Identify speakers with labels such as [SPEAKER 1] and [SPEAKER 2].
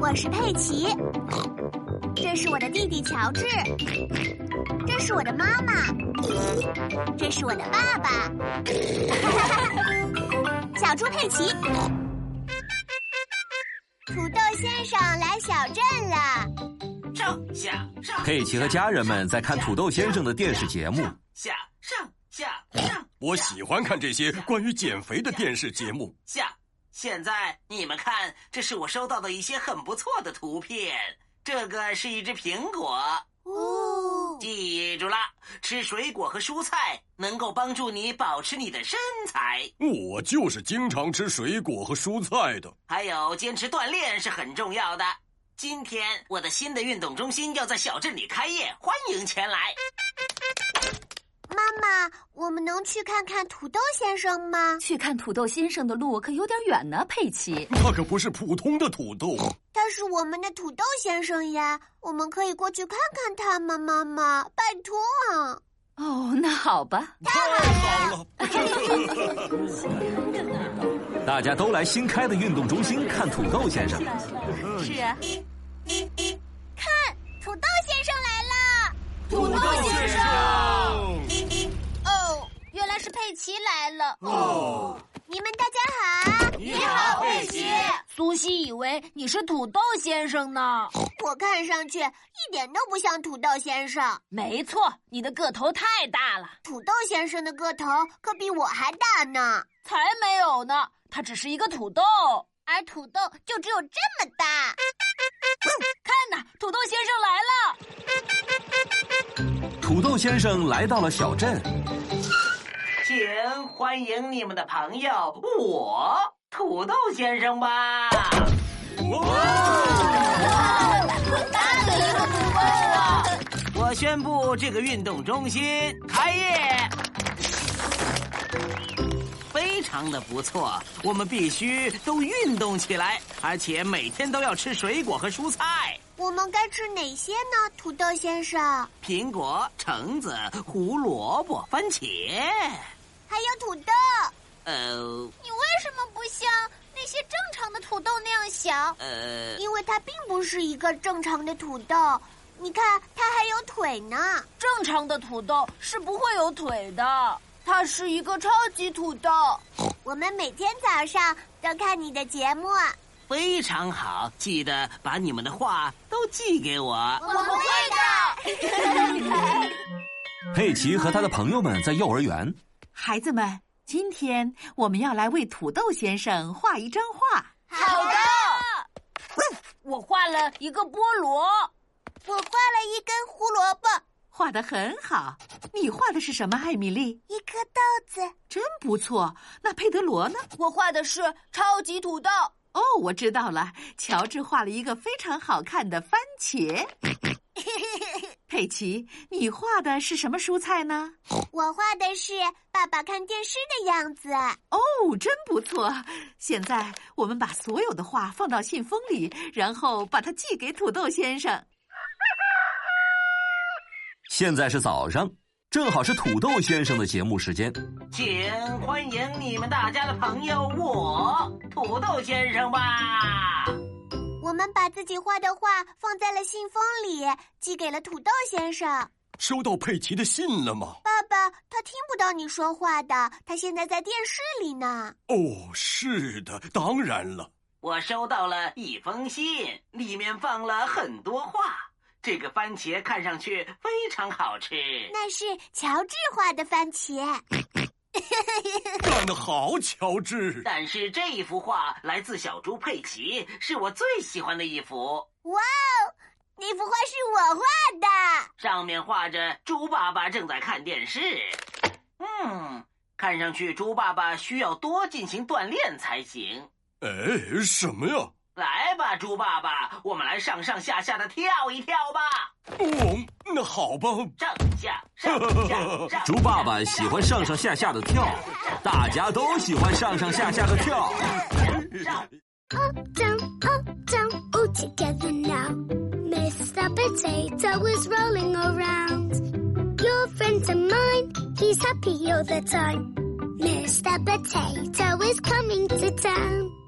[SPEAKER 1] 我是佩奇，这是我的弟弟乔治，这是我的妈妈，这是我的爸 爸。小猪佩奇，土豆先生来小镇了。
[SPEAKER 2] 上下上，
[SPEAKER 3] 佩奇和家人们在看土豆先生的电视节目。
[SPEAKER 2] 下上下上，
[SPEAKER 4] 我喜欢看这些关于减肥的电视节目。
[SPEAKER 2] 下，现在你们看，这是我收到的一些很不错的图片。这个是一只苹果，
[SPEAKER 1] 哦，
[SPEAKER 2] 记住啦，吃水果和蔬菜能够帮助你保持你的身材，
[SPEAKER 4] 我就是经常吃水果和蔬菜的。
[SPEAKER 2] 还有坚持锻炼是很重要的。今天我的新的运动中心要在小镇里开业，欢迎前来。
[SPEAKER 1] 妈妈，我们能去看看土豆先生吗？
[SPEAKER 5] 去看土豆先生的路可有点远呢，佩奇。
[SPEAKER 4] 那可不是普通的土豆，
[SPEAKER 1] 他是我们的土豆先生呀，我们可以过去看看他吗？妈妈，拜托啊！
[SPEAKER 5] 哦，那好吧。
[SPEAKER 3] 大家都来新开的运动中心看土豆先生。
[SPEAKER 5] 是啊，
[SPEAKER 1] 土豆先生来了！
[SPEAKER 2] 土豆先生，
[SPEAKER 1] 哦，原来是佩奇来了。哦，你们大家好。你好，佩奇。
[SPEAKER 6] 苏西以为你是土豆先生呢。
[SPEAKER 1] 我看上去一点都不像土豆先生，
[SPEAKER 6] 没错，你的个头太大了，
[SPEAKER 1] 土豆先生的个头可比我还大呢，
[SPEAKER 6] 才没有呢。他只是一个土豆。
[SPEAKER 1] 而土豆就只有这么大。
[SPEAKER 6] 看呐，土豆先生来了。
[SPEAKER 3] 土豆先生来到了小镇，
[SPEAKER 2] 请欢迎你们的朋友我土豆先生吧。
[SPEAKER 1] 大的一个土豆啊！
[SPEAKER 2] 我宣布这个运动中心开业，非常的不错。我们必须都运动起来，而且每天都要吃水果和蔬菜，
[SPEAKER 1] 我们该吃哪些呢？土豆先生，
[SPEAKER 2] 苹果、橙子、胡萝卜、番茄。
[SPEAKER 1] 还有土豆，
[SPEAKER 2] 呃
[SPEAKER 1] 你为什么不像那些正常的土豆那样小？
[SPEAKER 2] 呃，
[SPEAKER 1] 因为它并不是一个正常的土豆。你看，它还有腿呢。
[SPEAKER 6] 正常的土豆是不会有腿的，它是一个超级土豆。
[SPEAKER 1] 我们每天早上都看你的节目，我
[SPEAKER 2] 非常好，记得把你们的话都寄给我。
[SPEAKER 1] 们会哦的。
[SPEAKER 3] 佩奇和他的朋友们在幼儿园。
[SPEAKER 7] 孩子们，今天我们要来为土豆先生画一张画。
[SPEAKER 1] 好的，
[SPEAKER 6] 嗯我画了一个菠萝，
[SPEAKER 1] 我画了一根胡萝卜，
[SPEAKER 7] 画得很好，你画的是什么，艾米丽？
[SPEAKER 1] 一颗豆子，
[SPEAKER 7] 真不错。那佩德罗呢？
[SPEAKER 6] 我画的是超级土豆。
[SPEAKER 7] 哦，我知道了，乔治画了一个非常好看的番茄。 佩奇，你画的是什么蔬菜呢？
[SPEAKER 1] 我画的是爸爸看电视的样子。
[SPEAKER 7] 哦，真不错。现在我们把所有的画放到信封里，然后把它寄给土豆先生。
[SPEAKER 3] 现在是早上，正好是土豆先生的节目时间。
[SPEAKER 2] 请欢迎你们大家的朋友我土豆先生吧。
[SPEAKER 1] 我们把自己画的画放在了信封里，寄给了土豆先生。
[SPEAKER 4] 收到佩奇的信了吗？
[SPEAKER 1] 爸爸他听不到你说话的，他现在在电视里呢。
[SPEAKER 4] 哦，是的，当然了。
[SPEAKER 2] 我收到了一封信，里面放了很多话。这个番茄看上去非常好吃。
[SPEAKER 1] 那是乔治画的番茄。
[SPEAKER 4] 干得好，乔治。
[SPEAKER 2] 但是这一幅画来自小猪佩奇，是我最喜欢的一幅。
[SPEAKER 1] 哇哦，那幅画是我画的。
[SPEAKER 2] 上面画着猪爸爸正在看电视。嗯，看上去猪爸爸需要多进行锻炼才行。
[SPEAKER 4] 哎，什么呀？
[SPEAKER 2] 来吧，猪爸爸，我们来上上下下的跳一跳吧，
[SPEAKER 4] 哦，那好吧。
[SPEAKER 2] 上下上下上。
[SPEAKER 3] 猪爸爸喜欢上上下下的跳，大家都喜欢上上下下的跳。
[SPEAKER 2] 上
[SPEAKER 8] down, up, down, all together now. Mr. Potato is rolling around. Your friend and mine, he's happy all the time. Mr. Potato is coming to town.